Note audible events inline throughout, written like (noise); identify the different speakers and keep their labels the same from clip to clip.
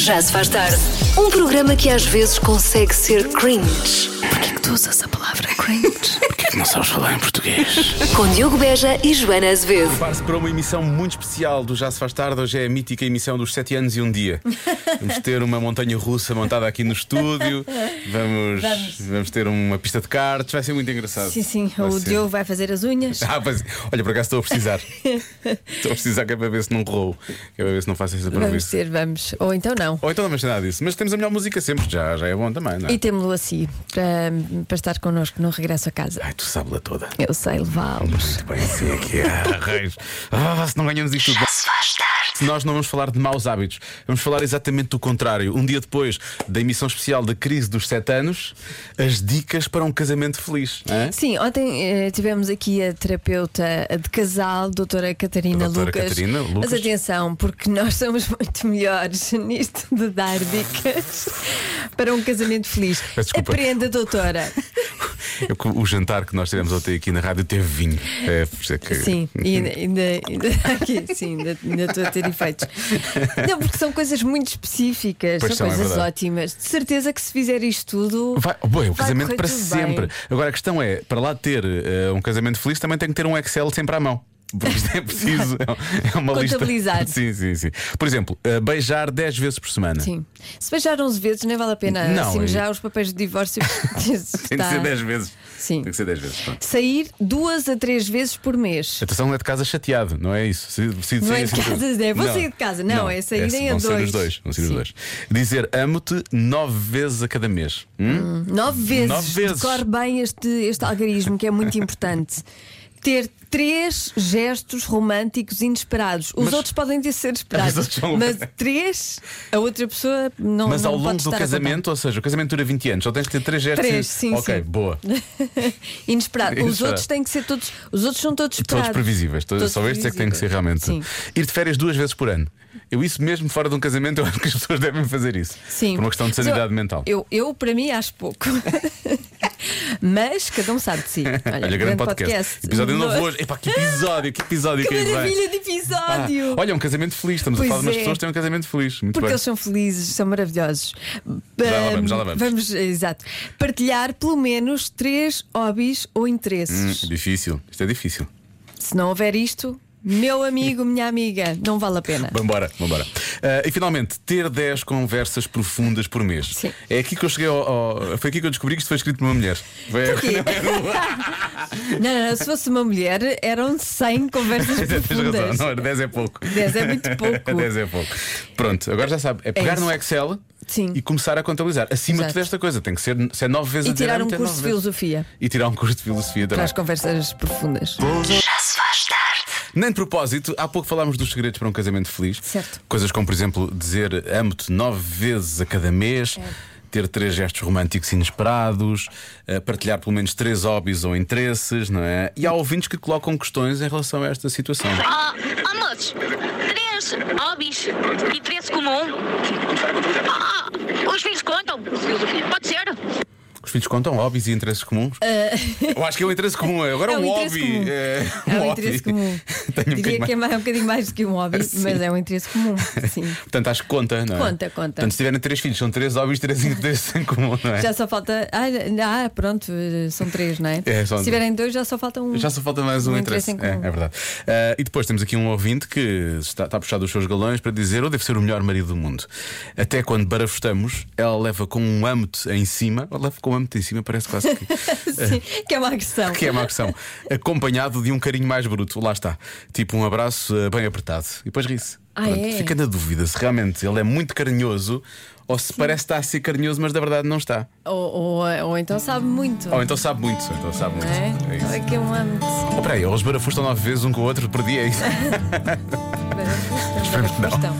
Speaker 1: Já se faz tarde. Um programa que às vezes consegue ser cringe. Porquê que tu usas a palavra cringe?
Speaker 2: Não sabes falar em português.
Speaker 1: (laughs) Com Diogo Beja e Joana Azevedo.
Speaker 2: Prepare-se para uma emissão muito especial do Já Se Faz Tarde. Hoje é a mítica emissão dos 7 anos e um
Speaker 3: (laughs)
Speaker 2: dia. Vamos ter uma montanha russa montada aqui no estúdio. Vamos,
Speaker 3: Vamos.
Speaker 2: ter uma pista de karts. Vai ser muito engraçado.
Speaker 3: Sim, sim,
Speaker 2: Vai
Speaker 3: o
Speaker 2: ser.
Speaker 3: Diogo vai fazer as unhas.
Speaker 2: (laughs) Ah, pois, olha, por acaso estou a
Speaker 3: (laughs)
Speaker 2: precisar. estou a precisar que é para ver se não roubo. Que é para ver se não faço essa
Speaker 3: Vamos
Speaker 2: previsão.
Speaker 3: ter, vamos. Ou então não.
Speaker 2: Ou então não vamos ter nada disso. Mas temos a melhor música sempre. Já, já é bom também, não é?
Speaker 3: E temos-lo assim para, para estar connosco no regresso a casa.
Speaker 2: Ai, tu sabes-la toda.
Speaker 3: Eu sei levá-los.
Speaker 2: Muito bem, assim é (laughs) que é. Arreios. Ah, se não ganhamos isto tudo. Se nós não vamos falar de maus hábitos, vamos falar exatamente do contrário. Um dia depois da emissão especial da crise dos 7 anos, as dicas para um casamento feliz. não é?
Speaker 3: Sim, ontem eh, tivemos aqui a terapeuta de casal, doutora Catarina
Speaker 2: A doutora
Speaker 3: Lucas.
Speaker 2: Catarina Lucas.
Speaker 3: Mas atenção, porque nós somos muito melhores (laughs) nisto de dar dicas para um casamento feliz.
Speaker 2: desculpa.
Speaker 3: Aprenda, doutora.
Speaker 2: Eu co- o jantar que nós tivemos ontem aqui na rádio teve vinho. É, por isso é que-
Speaker 3: Sim,
Speaker 2: (laughs)
Speaker 3: e ainda, ainda, ainda- (laughs) aqui, sim, ainda, ainda estou a ter efeitos. Não, porque são coisas muito específicas,
Speaker 2: Pois são,
Speaker 3: são
Speaker 2: é
Speaker 3: coisas
Speaker 2: verdade.
Speaker 3: ótimas. De certeza que se fizer isto tudo.
Speaker 2: Vai, bem, o
Speaker 3: Vai
Speaker 2: casamento
Speaker 3: correr
Speaker 2: para
Speaker 3: tudo bem.
Speaker 2: sempre. Agora a questão é: para lá ter eh, um casamento feliz, também tem que ter um Excel sempre à mão. Porque
Speaker 3: (laughs)
Speaker 2: isto é preciso. É uma lista.
Speaker 3: Contabilizar.
Speaker 2: Sim, sim, sim. Por exemplo, eh, beijar 10 vezes por semana.
Speaker 3: Sim. Se beijar 11 vezes, nem vale a pena
Speaker 2: Não,
Speaker 3: assinar
Speaker 2: é-
Speaker 3: já os papéis de divórcio. (laughs)
Speaker 2: Tem que
Speaker 3: Está...
Speaker 2: ser 10 vezes.
Speaker 3: Tá. Sim.
Speaker 2: Tem que ser 10 vezes. Pronto.
Speaker 3: Sair duas a três vezes por mês.
Speaker 2: Atenção, não é de casa chateado, não é isso? Se, se,
Speaker 3: Não
Speaker 2: se-
Speaker 3: é de
Speaker 2: se-
Speaker 3: casa, é, vou sair de casa. Não, é sair em
Speaker 2: vão ser
Speaker 3: dois.
Speaker 2: os dois. Vão ser os
Speaker 3: Sim.
Speaker 2: dois. Dizer amo-te nove vezes a cada mês. Hum?
Speaker 3: Hum, Nove vezes.
Speaker 2: Nove vezes.
Speaker 3: Decore bem este, este algarismo que é muito
Speaker 2: (laughs)
Speaker 3: importante. Ter três gestos românticos inesperados. Os
Speaker 2: Mas-
Speaker 3: outros podem ter ser
Speaker 2: Os
Speaker 3: esperados,
Speaker 2: outros são-
Speaker 3: mas três, a outra pessoa não
Speaker 2: Mas
Speaker 3: não
Speaker 2: ao longo
Speaker 3: pode
Speaker 2: do
Speaker 3: estar a contar.
Speaker 2: casamento, ou seja, o casamento dura 20 anos, só tens de ter três gestos.
Speaker 3: Três, sim,
Speaker 2: ok,
Speaker 3: sim.
Speaker 2: boa.
Speaker 3: (laughs) Inesperado. Os
Speaker 2: Inesperado.
Speaker 3: outros têm que ser todos. Os outros são todos esperados.
Speaker 2: Todos previsíveis. Todos,
Speaker 3: Todos
Speaker 2: só estes é que tem que ser
Speaker 3: previsíveis.
Speaker 2: realmente. Ir de férias duas vezes por ano. Eu, isso mesmo fora de um casamento, eu acho que as pessoas devem fazer isso.
Speaker 3: Sim.
Speaker 2: Por uma questão de
Speaker 3: Mas
Speaker 2: sanidade
Speaker 3: eu-
Speaker 2: mental. (laughs)
Speaker 3: Eu, eu, para mim, acho pouco. (laughs) mas cada um sabe
Speaker 2: (laughs)
Speaker 3: de si. Olha,
Speaker 2: Olha, grande, podcast. Episódio novo hoje. Epá, que episódio, que episódio
Speaker 3: (laughs) Que
Speaker 2: aí vem.
Speaker 3: maravilha de
Speaker 2: Ah,
Speaker 3: episódio!
Speaker 2: olha, um casamento feliz. Estamos
Speaker 3: Pois
Speaker 2: a falar de umas
Speaker 3: é.
Speaker 2: pessoas que têm um casamento feliz. Muito
Speaker 3: Porque
Speaker 2: bem.
Speaker 3: eles são felizes, são maravilhosos.
Speaker 2: Já lá
Speaker 3: Ahm,
Speaker 2: vamos, já lá vamos.
Speaker 3: exato. Partilhar pelo menos três hobbies ou interesses.
Speaker 2: Hum, difícil, isto é difícil.
Speaker 3: Se não houver isto, meu
Speaker 2: (laughs)
Speaker 3: amigo, minha amiga, não vale a pena.
Speaker 2: Vambora, vambora. Ah, e finalmente, ter 10 conversas profundas por mês.
Speaker 3: Sim.
Speaker 2: É aqui que eu cheguei ao, ao- Foi aqui que eu descobri que isto foi escrito por uma mulher. Foi- (laughs) é
Speaker 3: Porquê? (laughs) Não, não, não, se fosse uma mulher, eram
Speaker 2: (laughs)
Speaker 3: 100 conversas
Speaker 2: Tens razão,
Speaker 3: profundas.
Speaker 2: não, era 10 é pouco.
Speaker 3: 10 é
Speaker 2: (laughs)
Speaker 3: muito pouco.
Speaker 2: 10 é pouco. Pronto, agora já sabe. É pegar
Speaker 3: isso.
Speaker 2: no Excel
Speaker 3: Sim.
Speaker 2: e começar a contabilizar. Acima de
Speaker 3: Exato.
Speaker 2: tudo esta coisa, tem que ser se é 9 vezes
Speaker 3: E
Speaker 2: a dizer,
Speaker 3: tirar
Speaker 2: ah,
Speaker 3: um
Speaker 2: tem
Speaker 3: curso de
Speaker 2: nove vezes.
Speaker 3: filosofia
Speaker 2: E tirar um curso de filosofia
Speaker 3: para
Speaker 2: também.
Speaker 3: as conversas profundas.
Speaker 2: Nem de propósito, há pouco falámos dos segredos para um casamento feliz.
Speaker 3: Certo.
Speaker 2: Coisas como, por exemplo, dizer amo-te nove vezes a cada
Speaker 3: É.
Speaker 2: mês. Ter três gestos românticos inesperados, eh, partilhar pelo menos três hobbies ou interesses, não é? E há ouvintes que colocam questões em relação a esta situação.
Speaker 4: Ó, ó moços, Ah, três hobbies e três comum. Ah, os filhos contam. Pode ser.
Speaker 2: Os filhos contam hobbies e interesses comuns? Eu acho que é um interesse
Speaker 3: (laughs)
Speaker 2: comum, é agora
Speaker 3: Ah. É
Speaker 2: um,
Speaker 3: um interesse
Speaker 2: hobby.
Speaker 3: comum.
Speaker 2: eh,
Speaker 3: É um
Speaker 2: hobby.
Speaker 3: interesse comum.
Speaker 2: (laughs) Tenho um
Speaker 3: Diria
Speaker 2: bocadinho
Speaker 3: que é
Speaker 2: mais-
Speaker 3: mais- um bocadinho mais do que
Speaker 2: (laughs)
Speaker 3: um hobby, mas é um interesse comum. Sim.
Speaker 2: Portanto, acho que conta, não é?
Speaker 3: Conta, conta.
Speaker 2: Portanto, se tiverem três filhos, são três hobbies, três interesses em comum, não é?
Speaker 3: Já só falta. Ah, ah, pronto, eh, são três, não é?
Speaker 2: É, são-
Speaker 3: Se tiverem dois, já só falta um. (laughs)
Speaker 2: Já só falta mais um,
Speaker 3: Um
Speaker 2: interesse.
Speaker 3: interesse em comum.
Speaker 2: É, é verdade. Ah, e depois temos aqui um ouvinte que está, está a puxar dos seus galões para dizer: Eu devo ser o melhor marido do mundo. Até quando barafustamos, ela leva com um âmbito em cima. Ela leva com um âmbito em cima, parece quase
Speaker 3: (laughs)
Speaker 2: que.
Speaker 3: Sim, que é uma agressão.
Speaker 2: Que é uma questão. Acompanhado de um carinho mais bruto. Lá está. Tipo um abraço eh, bem apertado. E depois ri-se.
Speaker 3: Ah, é?
Speaker 2: Fica na dúvida se realmente ele é muito carinhoso ou se parece estar a ser carinhoso, mas na verdade não está.
Speaker 3: Ou, ou- ou então sabe muito.
Speaker 2: Ou então sabe muito. Então sabe muito.
Speaker 3: não é?
Speaker 2: É isso.
Speaker 3: Ou é que é um âmbito.
Speaker 2: Oh, peraí, eles barafustam nove vezes um com o outro por dia, é isso?
Speaker 3: Espero
Speaker 2: que não.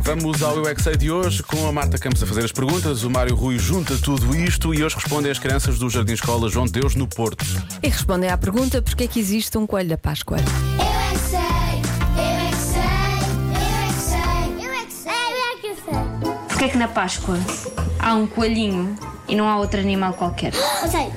Speaker 2: Vamos ao Eu é Que Sei de hoje com a Marta Campos a fazer as perguntas. O Mário Rui junta tudo isto e hoje respondem as crianças do Jardim Escola João de Deus no Porto.
Speaker 3: E respondem à pergunta: porquê é que existe um coelho da Páscoa?
Speaker 5: Eu é que sei, eu é que sei, eu é que sei, eu é que é sei, eu é que sei.
Speaker 6: Porquê é que na Páscoa há um coelhinho e não há outro animal qualquer?
Speaker 5: Eu sei,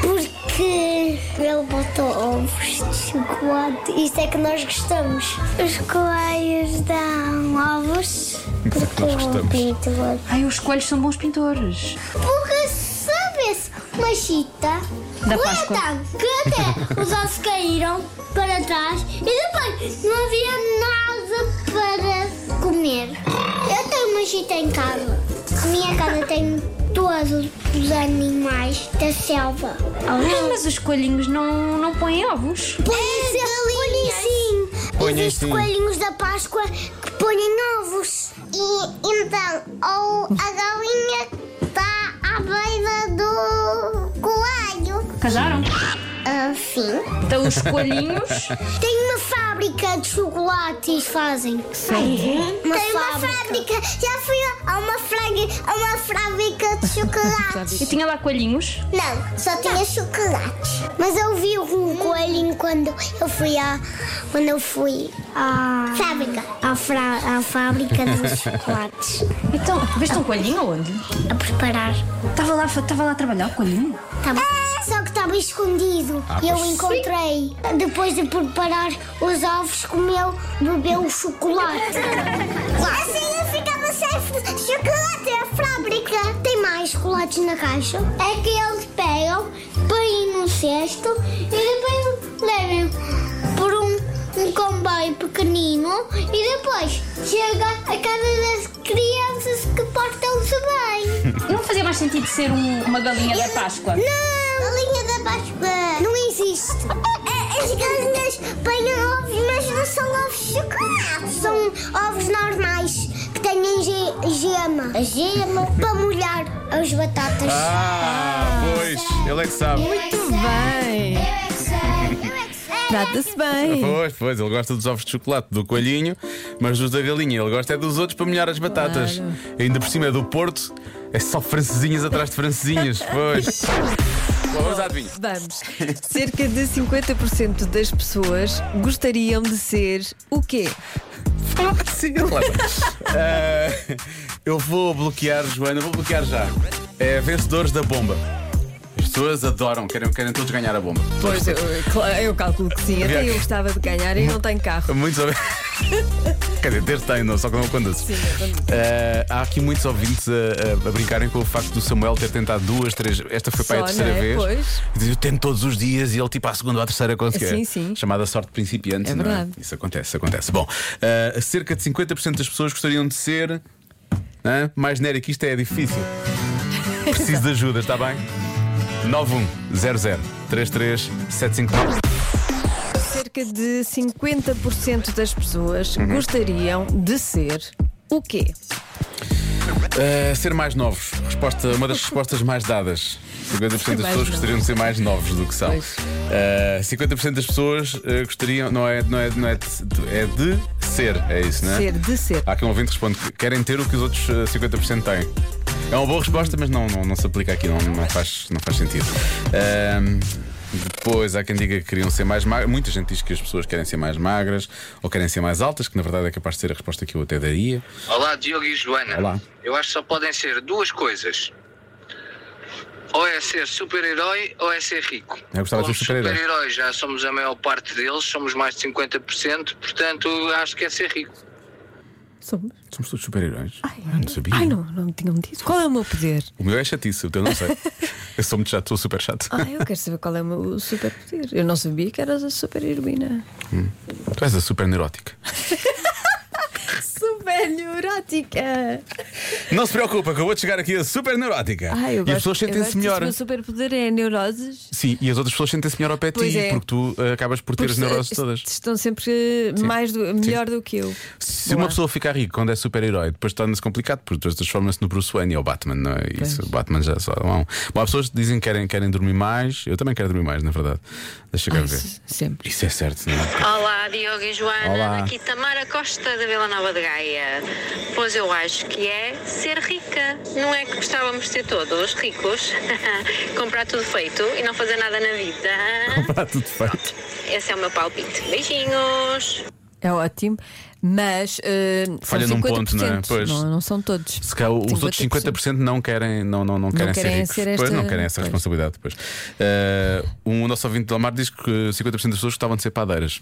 Speaker 5: porque que ele botou ovos de chocolate. Isso é que nós gostamos. Os coelhos dão ovos. um
Speaker 2: Isso é que nós gostamos.
Speaker 5: pintor.
Speaker 6: Ai, os coelhos são bons pintores.
Speaker 5: Porque se soubesse uma chita,
Speaker 6: Da
Speaker 5: o
Speaker 6: Páscoa.
Speaker 5: ataque que até é os ossos caíram para trás e depois não havia nada para comer. Eu tenho uma chita em casa. A minha casa tem todos os animais da selva.
Speaker 6: Mas, mas os coelhinhos não, não põem ovos.
Speaker 5: Põem É galinhas. Sim.
Speaker 2: Põem
Speaker 5: E os
Speaker 2: sim.
Speaker 5: coelhinhos da Páscoa que põem ovos. E então, ou a galinha está à beira do coelho.
Speaker 6: Casaram?
Speaker 5: Assim.
Speaker 6: Então os coelhinhos.
Speaker 5: Tem uma fábrica de chocolates, fazem. Uma Tem uma fábrica. Já fui a uma, fábrica- a uma fábrica (laughs) de chocolates.
Speaker 6: E tinha lá coelhinhos.
Speaker 5: Não, só tinha chocolate. Mas eu vi um coelhinho quando eu fui à. Quando eu fui à. Fábrica. Ah. À, fra- à fábrica (laughs) dos chocolates.
Speaker 6: Então, viste um coelhinho aonde?
Speaker 5: A preparar.
Speaker 6: Estava lá, estava lá a trabalhar o coelhinho?
Speaker 5: Tava- É, Só que estava escondido. e eu encontrei. Depois de preparar os ovos, comeu, bebeu o chocolate. Assim eu ficava sem chocolate. É a fábrica. Tem mais chocolates na caixa. É que eles pegam, põem no cesto e depois levam por um, um comboio pequenino e depois chega a casa das crianças que portam-se bem.
Speaker 6: Não fazia mais sentido ser um- uma galinha da Páscoa.
Speaker 5: Não! É A linha da Páscoa não existe. As galinhas põem ovos, mas não são ovos de chocolate. São ovos normais que têm ge- gema. A gema para molhar as batatas.
Speaker 2: Ah, pois, ele é que sabe.
Speaker 5: Muito
Speaker 3: Bem,
Speaker 5: Eu é que sei.
Speaker 3: trata-se bem.
Speaker 2: Pois, pois, ele gosta dos ovos de chocolate do coelhinho, mas dos da galinha. Ele gosta é dos outros para molhar as batatas. Ainda por cima é do Porto, é só francesinhas atrás de francesinhas. Pois. Bom, vamos à adivinha.
Speaker 3: Vamos. Cerca de 50% das pessoas gostariam de ser o quê?
Speaker 2: Sim, claro. Ah, eu vou bloquear, Joana, vou bloquear já. É vencedores da bomba. As pessoas adoram, querem, querem todos ganhar a bomba.
Speaker 3: Pois, eu, cla- eu calculo que sim. Até eu gostava de ganhar e não tenho carro.
Speaker 2: Muitos ouvintes. (laughs) Quer dizer, ter tem, não, só que não conduz. Eh, há aqui muitos ouvintes a, a- a brincarem com o facto do Samuel ter tentado duas, três. Esta foi para a
Speaker 3: Só,
Speaker 2: terceira
Speaker 3: não é?
Speaker 2: vez.
Speaker 3: Pois.
Speaker 2: Diz, Eu tento todos os dias e ele, tipo, à segunda ou à terceira conseguiu.
Speaker 3: Sim, sim.
Speaker 2: Chamada sorte de principiante.
Speaker 3: É
Speaker 2: não
Speaker 3: verdade.
Speaker 2: Isso acontece, isso acontece. Bom, eh, cerca de 50% das pessoas gostariam de ser. hã? Mais genérico, isto é
Speaker 3: (laughs)
Speaker 2: difícil. Preciso de ajuda, está bem? 9100 33759.
Speaker 3: Cerca de 50% das pessoas
Speaker 2: Uhum.
Speaker 3: gostariam de ser o quê?
Speaker 2: Uh, ser mais novos. Resposta, uma das respostas mais dadas. 50% das
Speaker 3: mais
Speaker 2: pessoas
Speaker 3: novos.
Speaker 2: gostariam de ser mais novos do que são.
Speaker 3: Pois.
Speaker 2: Uh, 50% das pessoas uh, gostariam. Não é, não é, não é, de, é de ser, é isso, não é?
Speaker 3: Ser de ser.
Speaker 2: Há aqui um ouvinte que responde que querem ter o que os outros uh, 50% têm. É uma boa resposta, mas não, não, não se aplica aqui, não, não, faz, não faz sentido. Ahm, depois há quem diga que queriam ser mais magras. Muita gente diz que as pessoas querem ser mais magras ou querem ser mais altas, que na verdade é capaz de ser a resposta que eu até daria.
Speaker 7: Olá, Diogo e Joana.
Speaker 2: Olá.
Speaker 7: Eu acho que só podem ser duas coisas. Ou é ser super-herói ou é ser rico.
Speaker 2: Eu gostava de
Speaker 7: Como
Speaker 2: ser super-herói.
Speaker 7: super-heróis já somos a maior parte deles, somos mais de 50%, portanto acho que é ser rico.
Speaker 3: Somos.
Speaker 2: Somos todos super-heróis. Eu não sabia.
Speaker 3: Ai, não, não me tinham dito. Qual é o meu poder?
Speaker 2: O meu é chatice, o teu não
Speaker 3: (laughs)
Speaker 2: sei. eu sou muito chato, sou super chato.
Speaker 3: Ah, eu quero saber qual é o meu super poder. Eu não sabia que eras a super heroína.
Speaker 2: Tu és a super neurótica.
Speaker 3: Super neurótica!
Speaker 2: Não se preocupa, que eu vou chegar aqui a super neurótica.
Speaker 3: Ah,
Speaker 2: e
Speaker 3: eu
Speaker 2: as
Speaker 3: gosto-
Speaker 2: pessoas
Speaker 3: eu
Speaker 2: sentem-se
Speaker 3: gosto
Speaker 2: melhor.
Speaker 3: disso. O meu super poder é neuroses.
Speaker 2: Sim, e as outras pessoas sentem-se melhor ao pé de
Speaker 3: Pois
Speaker 2: ti,
Speaker 3: é.
Speaker 2: porque tu ah, acabas por ter
Speaker 3: Porque
Speaker 2: as neuroses
Speaker 3: est-
Speaker 2: todas.
Speaker 3: Estão sempre eh, mais do- melhor do que eu.
Speaker 2: Se
Speaker 3: Boa.
Speaker 2: uma pessoa ficar rica quando é super-herói, depois torna-se complicado, porque depois transforma-se no Bruce Wayne ou Batman, não é? Isso,
Speaker 3: Pois.
Speaker 2: Batman já só. Bom, bom, há pessoas que dizem que querem, querem dormir mais. Eu também quero dormir mais, na verdade. Deixa eu cá ver.
Speaker 3: Se- Sempre.
Speaker 2: Isso é certo, não é?
Speaker 3: (laughs)
Speaker 8: Olá, Diogo e Joana.
Speaker 2: Olá.
Speaker 8: Aqui Tamara Costa da Vila Nova de Gaia. Pois eu acho que é ser rica. Não é que gostávamos de ser todos ricos, (laughs) comprar tudo feito e não fazer nada na vida.
Speaker 2: Está tudo feito.
Speaker 8: Esse é o meu palpite. Beijinhos.
Speaker 3: É ótimo. Mas eh, são
Speaker 2: Falha num
Speaker 3: 50%.
Speaker 2: ponto, não é? Pois.
Speaker 3: não, não são todos.
Speaker 2: Se calhar os outros 50% não querem, não, não, não querem,
Speaker 3: querem
Speaker 2: ser ricos.
Speaker 3: ser
Speaker 2: Pois,
Speaker 3: esta-
Speaker 2: não querem essa
Speaker 3: pois.
Speaker 2: responsabilidade depois. Eh, um nosso ouvinte de Almar diz que 50% das pessoas gostavam de ser padeiras.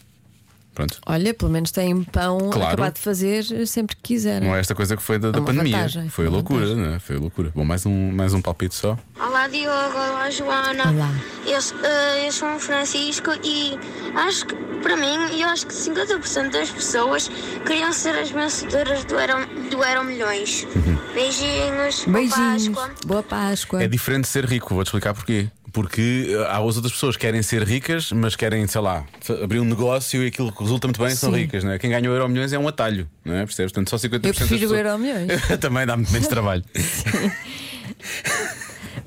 Speaker 2: Pronto.
Speaker 3: Olha, pelo menos têm pão
Speaker 2: Claro.
Speaker 3: acabado de fazer eh, sempre que quiserem.
Speaker 2: Não é esta coisa que foi da, da
Speaker 3: É uma
Speaker 2: pandemia.
Speaker 3: vantagem,
Speaker 2: foi a
Speaker 3: é uma
Speaker 2: loucura, né? Foi a loucura. Bom, mais um, mais um palpite só.
Speaker 5: Olá Diogo, olá Joana.
Speaker 3: Olá.
Speaker 5: Eu, s- eh, eu sou o Francisco e acho que, para mim, eu acho que 50% das pessoas queriam ser as vencedoras do Eram, do Eram Milhões. Beijinhos, boa
Speaker 3: Uhum. Beijinhos.
Speaker 5: Páscoa.
Speaker 3: Boa Páscoa.
Speaker 2: É diferente de ser rico, vou-te explicar porquê. Porque eh, há as outras pessoas que querem ser ricas, mas querem, sei lá, fa- abrir um negócio e aquilo que resulta muito bem são
Speaker 3: Sim.
Speaker 2: ricas, né? Quem ganhou euro milhões é um atalho, não é? Percebes? Portanto, só 50%
Speaker 3: Eu prefiro o
Speaker 2: das pessoas...
Speaker 3: euro milhões.
Speaker 2: (laughs) Também dá muito menos
Speaker 3: (laughs)
Speaker 2: trabalho.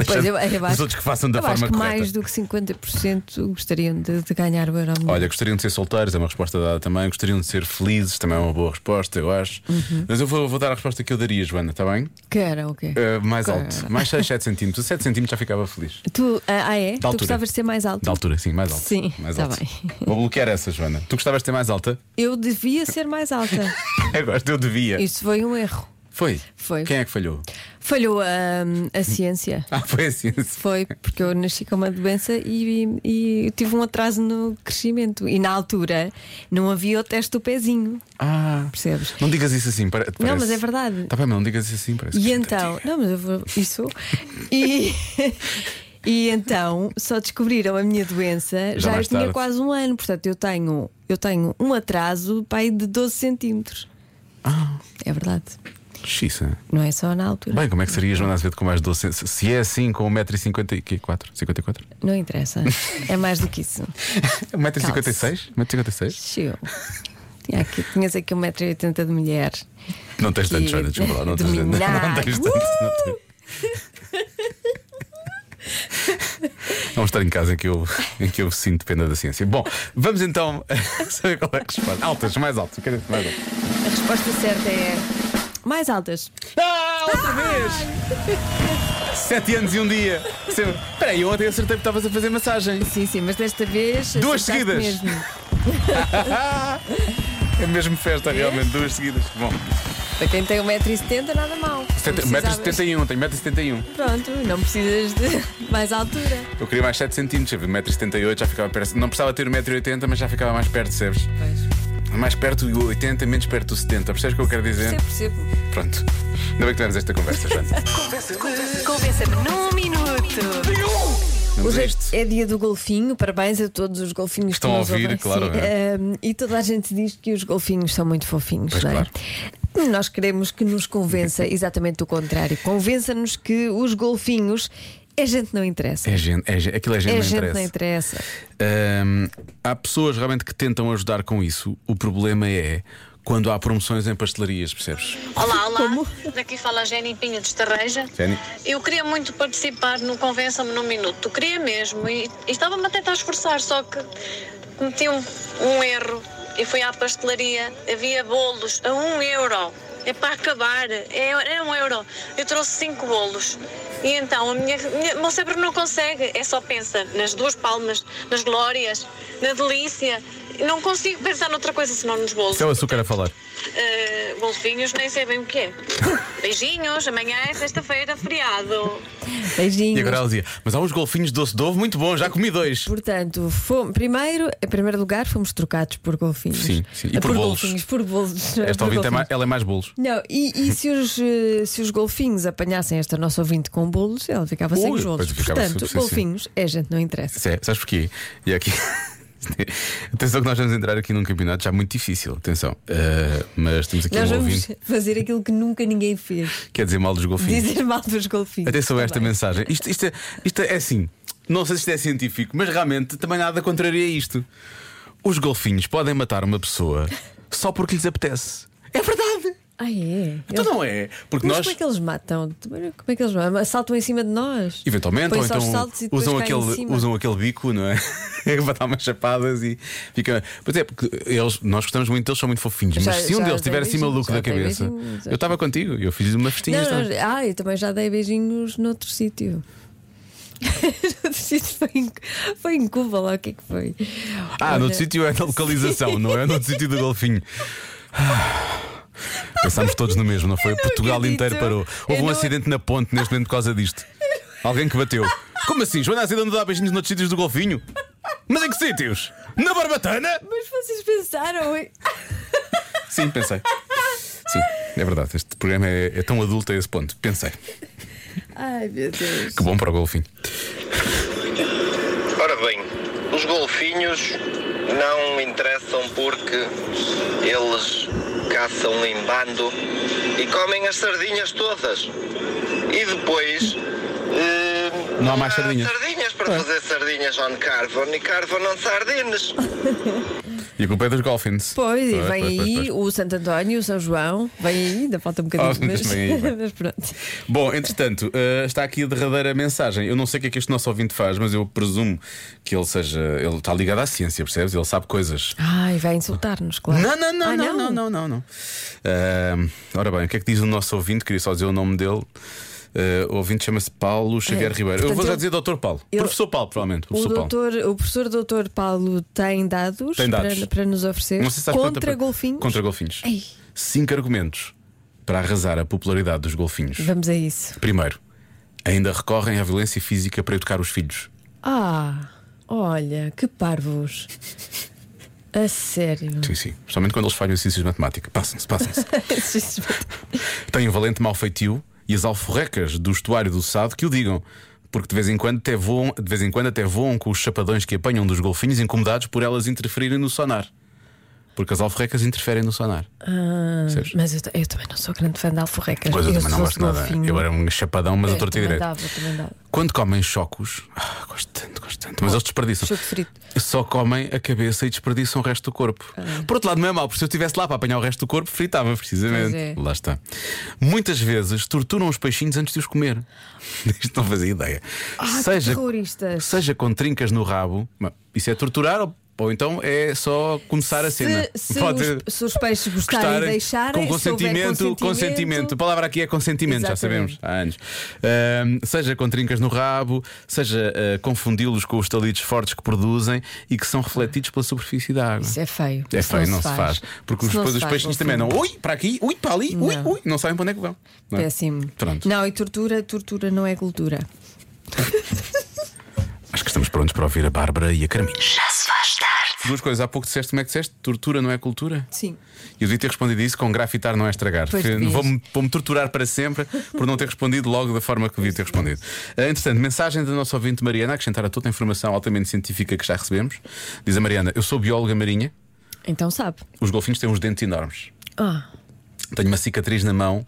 Speaker 3: Pois eu, eu
Speaker 2: Os
Speaker 3: acho-
Speaker 2: outros que façam da
Speaker 3: eu
Speaker 2: forma
Speaker 3: acho que
Speaker 2: correta.
Speaker 3: mais do que 50% gostariam de, de ganhar o euro
Speaker 2: Olha, gostariam de ser solteiros, é uma resposta dada também. Gostariam de ser felizes, também é uma boa resposta, eu acho.
Speaker 3: Uhum.
Speaker 2: Mas eu vou, vou dar a resposta que eu daria, Joana, está bem?
Speaker 3: Que era o quê?
Speaker 2: Eh, mais
Speaker 3: Claro.
Speaker 2: alto, mais 6, 7 centímetros. 7 centímetros já ficava feliz.
Speaker 3: Tu, ah, ah, é?
Speaker 2: Da altura.
Speaker 3: Tu gostavas de ser mais alto?
Speaker 2: Da altura, sim, mais alto.
Speaker 3: Sim,
Speaker 2: mais
Speaker 3: tá
Speaker 2: alto.
Speaker 3: bem.
Speaker 2: Vou bloquear essa, Joana. Tu gostavas de ter mais alta? (laughs)
Speaker 3: Eu devia ser mais alta.
Speaker 2: Agora eu devia.
Speaker 3: Isso foi um erro.
Speaker 2: Foi.
Speaker 3: Foi.
Speaker 2: Quem é que falhou?
Speaker 3: Falhou hum, a ciência.
Speaker 2: Ah, foi assim.
Speaker 3: Foi porque eu nasci com uma doença e, e tive um atraso no crescimento. E na altura não havia o teste do pezinho,
Speaker 2: Ah,
Speaker 3: percebes?
Speaker 2: não digas isso assim. pare- Parece...
Speaker 3: mas é verdade.
Speaker 2: Está bem, mas não digas isso assim. Parece que
Speaker 3: E
Speaker 2: já te
Speaker 3: então,
Speaker 2: digo.
Speaker 3: não, mas eu vou, isso. E, (laughs) e então só descobriram a minha doença
Speaker 2: Já
Speaker 3: já, eu
Speaker 2: mais
Speaker 3: tinha
Speaker 2: tarde.
Speaker 3: quase um ano, portanto eu tenho, eu tenho um atraso pai de 12 centímetros. É verdade,
Speaker 2: Xiça.
Speaker 3: não é só na altura.
Speaker 2: Ah. Bem, como é que seria Joana Azevedo com mais 12 cent- Se é assim, com 1,54m. (laughs) 54?
Speaker 3: Não interessa, é mais do que isso.
Speaker 2: 1,56m? 1,56m?
Speaker 3: Chiu. Tinha aqui, tinhas aqui 1,80m de mulher.
Speaker 2: Não tens tanto,
Speaker 3: Que-
Speaker 2: Joana, desculpa lá. Não tens tanto. (laughs)
Speaker 3: Dominar. Uh!
Speaker 2: Não tens tanto. não tens. Vamos estar em casa em que, eu, em que eu sinto pena da ciência. Bom, vamos então (laughs) saber qual é a resposta. Altas, mais altas, quero mais altas.
Speaker 3: A resposta certa é mais altas.
Speaker 2: Ah, outra vez! Sete anos e um dia. Sempre- Espera aí, eu ontem acertei que estavas a fazer massagem.
Speaker 3: Sim, sim, mas desta vez.
Speaker 2: Duas
Speaker 3: acertaste
Speaker 2: seguidas.
Speaker 3: Mesmo.
Speaker 2: É mesmo festa, realmente, duas seguidas. Bom,
Speaker 3: Para quem tem 1,70m, nada mal. Não
Speaker 2: sete-
Speaker 3: precisavas-
Speaker 2: 1,71m, tenho 1,71m.
Speaker 3: Pronto, não precisas de (laughs) mais altura.
Speaker 2: Eu queria mais 7 centímetros, 1,78m, já ficava perto. Não precisava ter 1,80m, mas já ficava mais perto, percebes? Mais perto do 80, menos perto do 70. Percebes o que eu quero dizer?
Speaker 3: Sempre percebo.
Speaker 2: Pronto. Ainda bem que tivemos esta conversa, Joana.
Speaker 1: Convença-me num minuto.
Speaker 2: Vamos a
Speaker 3: Hoje
Speaker 2: isto.
Speaker 3: é dia do golfinho, parabéns a todos os golfinhos
Speaker 2: Estão
Speaker 3: que
Speaker 2: a
Speaker 3: nos
Speaker 2: ouvir,
Speaker 3: ouvem.
Speaker 2: claro, é.
Speaker 3: Sim, ehm, e toda a gente diz que os golfinhos são muito fofinhos,
Speaker 2: Pois
Speaker 3: não é?
Speaker 2: claro.
Speaker 3: Nós queremos que
Speaker 2: (laughs)
Speaker 3: nos convença exatamente o contrário. Convença-nos que os golfinhos é gente que não interessa.
Speaker 2: É gente, é gente, aquilo é gente,
Speaker 3: É
Speaker 2: não
Speaker 3: gente que não
Speaker 2: interessa.
Speaker 3: interessa.
Speaker 2: Hum, há pessoas realmente que tentam ajudar com isso. O problema é quando há promoções em pastelarias, percebes?
Speaker 9: Olá, olá. Daqui fala a Jenny Pinho de Estarreja.
Speaker 2: Jenny.
Speaker 9: Eu queria muito participar no Convença-me num Minuto. Queria mesmo. E, e estava-me a tentar esforçar, só que cometi um, um erro. E fui à pastelaria. Havia bolos a um euro. É para acabar. É, é um euro. Eu trouxe cinco bolos. E então, a minha, minha, o meu cérebro não consegue. É só pensa nas duas palmas, nas glórias, na delícia. Não consigo pensar noutra coisa senão nos bolos.
Speaker 2: Isso é o açúcar a falar.
Speaker 9: Uh, golfinhos nem sabem o que é. Beijinhos, amanhã é sexta-feira, feriado.
Speaker 3: Beijinhos.
Speaker 2: E agora ela dizia: Mas há uns golfinhos de doce de ovo muito bom, já comi dois.
Speaker 3: Portanto, fomos, primeiro, em primeiro lugar, fomos trocados por golfinhos.
Speaker 2: Sim, sim. E
Speaker 3: Ah,
Speaker 2: por bolos.
Speaker 3: golfinhos, por bolos.
Speaker 2: Esta
Speaker 3: por
Speaker 2: ouvinte é
Speaker 3: golfinhos.
Speaker 2: mais, ela é mais bolos.
Speaker 3: Não, e, e se, os, eh, se os golfinhos apanhassem esta nossa ouvinte com bolos, ela ficava sem
Speaker 2: Ui,
Speaker 3: os bolos.
Speaker 2: pois ficava
Speaker 3: Portanto,
Speaker 2: super, sim,
Speaker 3: golfinhos é gente, não interessa.
Speaker 2: Sé- Sabes porquê? E aqui. (laughs) Atenção que nós vamos entrar aqui num campeonato já muito difícil, atenção. Ah, mas temos aqui
Speaker 3: Nós
Speaker 2: um
Speaker 3: vamos
Speaker 2: ouvinte
Speaker 3: fazer aquilo que nunca ninguém fez:
Speaker 2: que quer dizer mal dos golfinhos.
Speaker 3: dizer mal dos golfinhos. Tá
Speaker 2: Atenção a esta
Speaker 3: Também.
Speaker 2: mensagem. Isto, isto é, isto é assim. Não sei se isto é científico, mas realmente também nada contraria isto. Os golfinhos podem matar uma pessoa só porque lhes apetece. É verdade.
Speaker 3: Ah, é?
Speaker 2: Então
Speaker 3: Eles-
Speaker 2: não é. Porque
Speaker 3: Mas
Speaker 2: nós.
Speaker 3: como é que eles matam? Também- Como é que eles matam? Saltam em cima de nós?
Speaker 2: Eventualmente, ou
Speaker 3: Põem-se
Speaker 2: então
Speaker 3: aos saltos e depois
Speaker 2: usam,
Speaker 3: caem em
Speaker 2: aquele,
Speaker 3: cima.
Speaker 2: usam aquele bico, não é? (laughs) Para dar umas chapadas e fica. Pois é, porque eles, nós gostamos muito deles, são muito fofinhos,
Speaker 3: Já-
Speaker 2: mas se um
Speaker 3: já
Speaker 2: deles
Speaker 3: dei
Speaker 2: tiver assim
Speaker 3: beijinhos,
Speaker 2: maluco
Speaker 3: já
Speaker 2: da
Speaker 3: dei
Speaker 2: cabeça.
Speaker 3: beijinhos, já-
Speaker 2: Eu estava contigo, eu fiz uma festinha.
Speaker 3: Não,
Speaker 2: estava-
Speaker 3: não, ah, eu também já dei beijinhos noutro sítio. (laughs) Noutro sítio foi em, foi em Cuba lá, o que é que foi?
Speaker 2: Ah,
Speaker 3: Olha,
Speaker 2: noutro sítio é na localização, não é? Noutro sítio do golfinho. Pensámos todos no mesmo, não foi? Portugal
Speaker 3: acredito.
Speaker 2: inteiro parou. Houve
Speaker 3: Eu
Speaker 2: um
Speaker 3: não-
Speaker 2: acidente na ponte neste momento por causa disto. Alguém que bateu. Como assim? Joana Azevedo não dá beijinhos noutros sítios do Golfinho? Mas em que sítios? Na Barbatana?
Speaker 3: Mas vocês pensaram.
Speaker 2: Sim, pensei. Sim, é verdade. Este programa é, é tão adulto a esse ponto. Pensei.
Speaker 3: Ai meu Deus.
Speaker 2: Que bom para o Golfinho.
Speaker 10: Ora bem, os golfinhos não interessam porque eles caçam em bando e comem as sardinhas todas. E depois. eh,
Speaker 2: Não há mais sardinhas. É.
Speaker 10: sardinhas para fazer sardinhas on carbon e carbon on sardines.
Speaker 2: E a culpa é dos Golfins.
Speaker 3: Pois, e
Speaker 2: Pois,
Speaker 3: vem
Speaker 2: pois, pois,
Speaker 3: aí
Speaker 2: pois.
Speaker 3: o Santo António, o São João, vem aí, ainda falta um bocadinho,
Speaker 2: Ah,
Speaker 3: mas,
Speaker 2: vem aí, vai.
Speaker 3: (laughs) mas pronto.
Speaker 2: Bom, entretanto, eh, está aqui a derradeira mensagem. Eu não sei o que é que este nosso ouvinte faz, mas eu presumo que ele seja. Ele está ligado à ciência, percebes? Ele sabe coisas.
Speaker 3: Ai, vai insultar-nos, claro.
Speaker 2: Não, não, não,
Speaker 3: Ah,
Speaker 2: não, não, não, não, não. Ahm, ora bem, o que é que diz o nosso ouvinte? Queria só dizer o nome dele. Ah, o ouvinte chama-se Paulo Xavier
Speaker 3: É,
Speaker 2: Ribeiro. eu
Speaker 3: portanto,
Speaker 2: vou já
Speaker 3: ele-
Speaker 2: dizer Dr. Paulo.
Speaker 3: ele-
Speaker 2: Professor Paulo, provavelmente.
Speaker 3: O,
Speaker 2: Professor Paulo.
Speaker 3: doutor, o professor doutor Paulo tem dados,
Speaker 2: Tem dados.
Speaker 3: Para, para nos oferecer
Speaker 2: Não sei se sabes
Speaker 3: contra
Speaker 2: quanto tempo-
Speaker 3: golfinhos.
Speaker 2: Contra golfinhos.
Speaker 3: Ei.
Speaker 2: Cinco argumentos para arrasar a popularidade dos golfinhos.
Speaker 3: Vamos a isso.
Speaker 2: Primeiro, ainda recorrem à violência física para educar os filhos.
Speaker 3: Ah, olha, que parvos. A sério.
Speaker 2: Sim, sim. Principalmente quando eles falham exercícios de matemática. Passem-se,
Speaker 3: (laughs)
Speaker 2: passem-se. Tem um valente mau feitio e as alforrecas do estuário do Sado que o digam. Porque de vez, em quando até voam, de vez em quando até voam com os chapadões que apanham dos golfinhos, incomodados por elas interferirem no sonar. Porque as alforrecas interferem no sonar. Percebes?
Speaker 3: mas eu, ta- eu também não sou grande fã de alforrecas.
Speaker 2: Pois eu também
Speaker 3: Ah. se
Speaker 2: não
Speaker 3: fosse
Speaker 2: gosto nada.
Speaker 3: golfinho- É,
Speaker 2: Eu era um chapadão, mas eu torto
Speaker 3: também
Speaker 2: direito.
Speaker 3: dava, também dava.
Speaker 2: Quando comem chocos, ah, gosto tanto, gosto tanto, mas eles desperdiçam.
Speaker 3: Choco frito.
Speaker 2: Só comem a cabeça e desperdiçam o resto do corpo.
Speaker 3: Ah.
Speaker 2: Por outro lado, não é mau, porque se eu estivesse lá para apanhar o resto do corpo, fritava precisamente.
Speaker 3: Pois é.
Speaker 2: Lá está. Muitas vezes torturam os peixinhos antes de os comer. (laughs) Isto não fazia ideia.
Speaker 3: Ah, que terroristas.
Speaker 2: seja com trincas no rabo, mas isso é torturar ou, ou então é só começar a cena.
Speaker 3: Se, se
Speaker 2: Pode ser-
Speaker 3: os, se os peixes gostarem, e é
Speaker 2: gostarem,
Speaker 3: deixarem,
Speaker 2: com
Speaker 3: se houver
Speaker 2: consentimento, consentimento, A palavra aqui é consentimento, já sabemos
Speaker 3: Exatamente.
Speaker 2: há anos. Ahm, seja com trincas no rabo, seja ah, confundi-los com os talidos fortes que produzem e que são refletidos pela superfície da água.
Speaker 3: Isso é feio.
Speaker 2: É
Speaker 3: Isso
Speaker 2: feio, não, se faz. Porque
Speaker 3: Isso
Speaker 2: os-
Speaker 3: não
Speaker 2: depois
Speaker 3: se
Speaker 2: os
Speaker 3: faz,
Speaker 2: peixinhos
Speaker 3: não
Speaker 2: também
Speaker 3: se
Speaker 2: não.
Speaker 3: faz.
Speaker 2: Ui, para aqui, ui, para ali, ui,
Speaker 3: Não.
Speaker 2: ui, não sabem para onde é que vão. não é?
Speaker 3: Péssimo.
Speaker 2: Pronto.
Speaker 3: Não, e tortura, tortura não é cultura.
Speaker 2: Acho que estamos prontos para ouvir a Bárbara e a Carminha. Já se faz tarde. Duas coisas, há pouco disseste como é que disseste? Tortura não é cultura?
Speaker 3: Sim.
Speaker 2: E eu devia ter respondido isso com grafitar não é estragar.
Speaker 3: Pois
Speaker 2: Porque
Speaker 3: devias.
Speaker 2: Vou-me vou-me torturar para sempre por não ter respondido logo da forma que devia ter respondido. Ah, Entretanto, mensagem da nossa ouvinte Mariana, a acrescentar a toda a informação altamente científica que já recebemos. Diz a Mariana: Eu sou bióloga marinha,
Speaker 3: Então sabe.
Speaker 2: os golfinhos têm uns dentes enormes.
Speaker 3: Ah,
Speaker 2: Tenho uma cicatriz na mão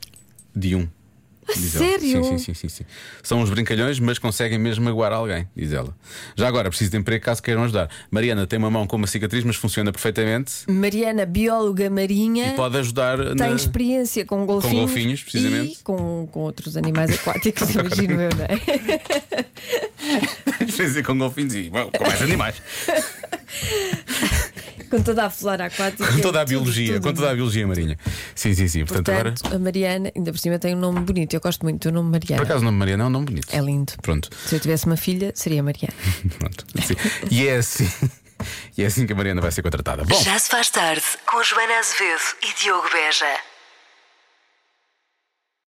Speaker 2: de um. Diz ela.
Speaker 3: sério?
Speaker 2: Sim, sim, sim, sim, sim. São uns brincalhões, mas conseguem mesmo magoar alguém, diz ela. Já agora, preciso de emprego caso queiram ajudar. Mariana tem uma mão com uma cicatriz, mas funciona perfeitamente
Speaker 3: Mariana, bióloga marinha.
Speaker 2: e pode ajudar
Speaker 3: tem
Speaker 2: na...
Speaker 3: experiência com golfinhos,
Speaker 2: golfinhos, precisamente.
Speaker 3: e com, com
Speaker 2: (laughs)
Speaker 3: outros animais aquáticos, imagino eu, não é?
Speaker 2: (laughs)
Speaker 3: (laughs)
Speaker 2: Fazer com golfinhos e bom, com
Speaker 3: (laughs) É.
Speaker 2: mais animais.
Speaker 3: Com toda a flora aquática.
Speaker 2: Com toda a
Speaker 3: é tudo,
Speaker 2: biologia,
Speaker 3: tudo.
Speaker 2: com toda a biologia marinha. Sim, sim, sim. Portanto, agora.
Speaker 3: Portanto, a Mariana, ainda por cima, tem um nome bonito. Eu gosto muito do nome
Speaker 2: Por
Speaker 3: Mariana.
Speaker 2: acaso o nome Mariana é um nome bonito.
Speaker 3: É lindo.
Speaker 2: Pronto. (laughs)
Speaker 3: Se eu tivesse uma filha, seria Mariana.
Speaker 2: Pronto. Sim. E é assim. (laughs) E é assim que a Mariana vai ser contratada. Bom,
Speaker 1: Já se faz tarde com Joana Azevedo e Diogo Beja.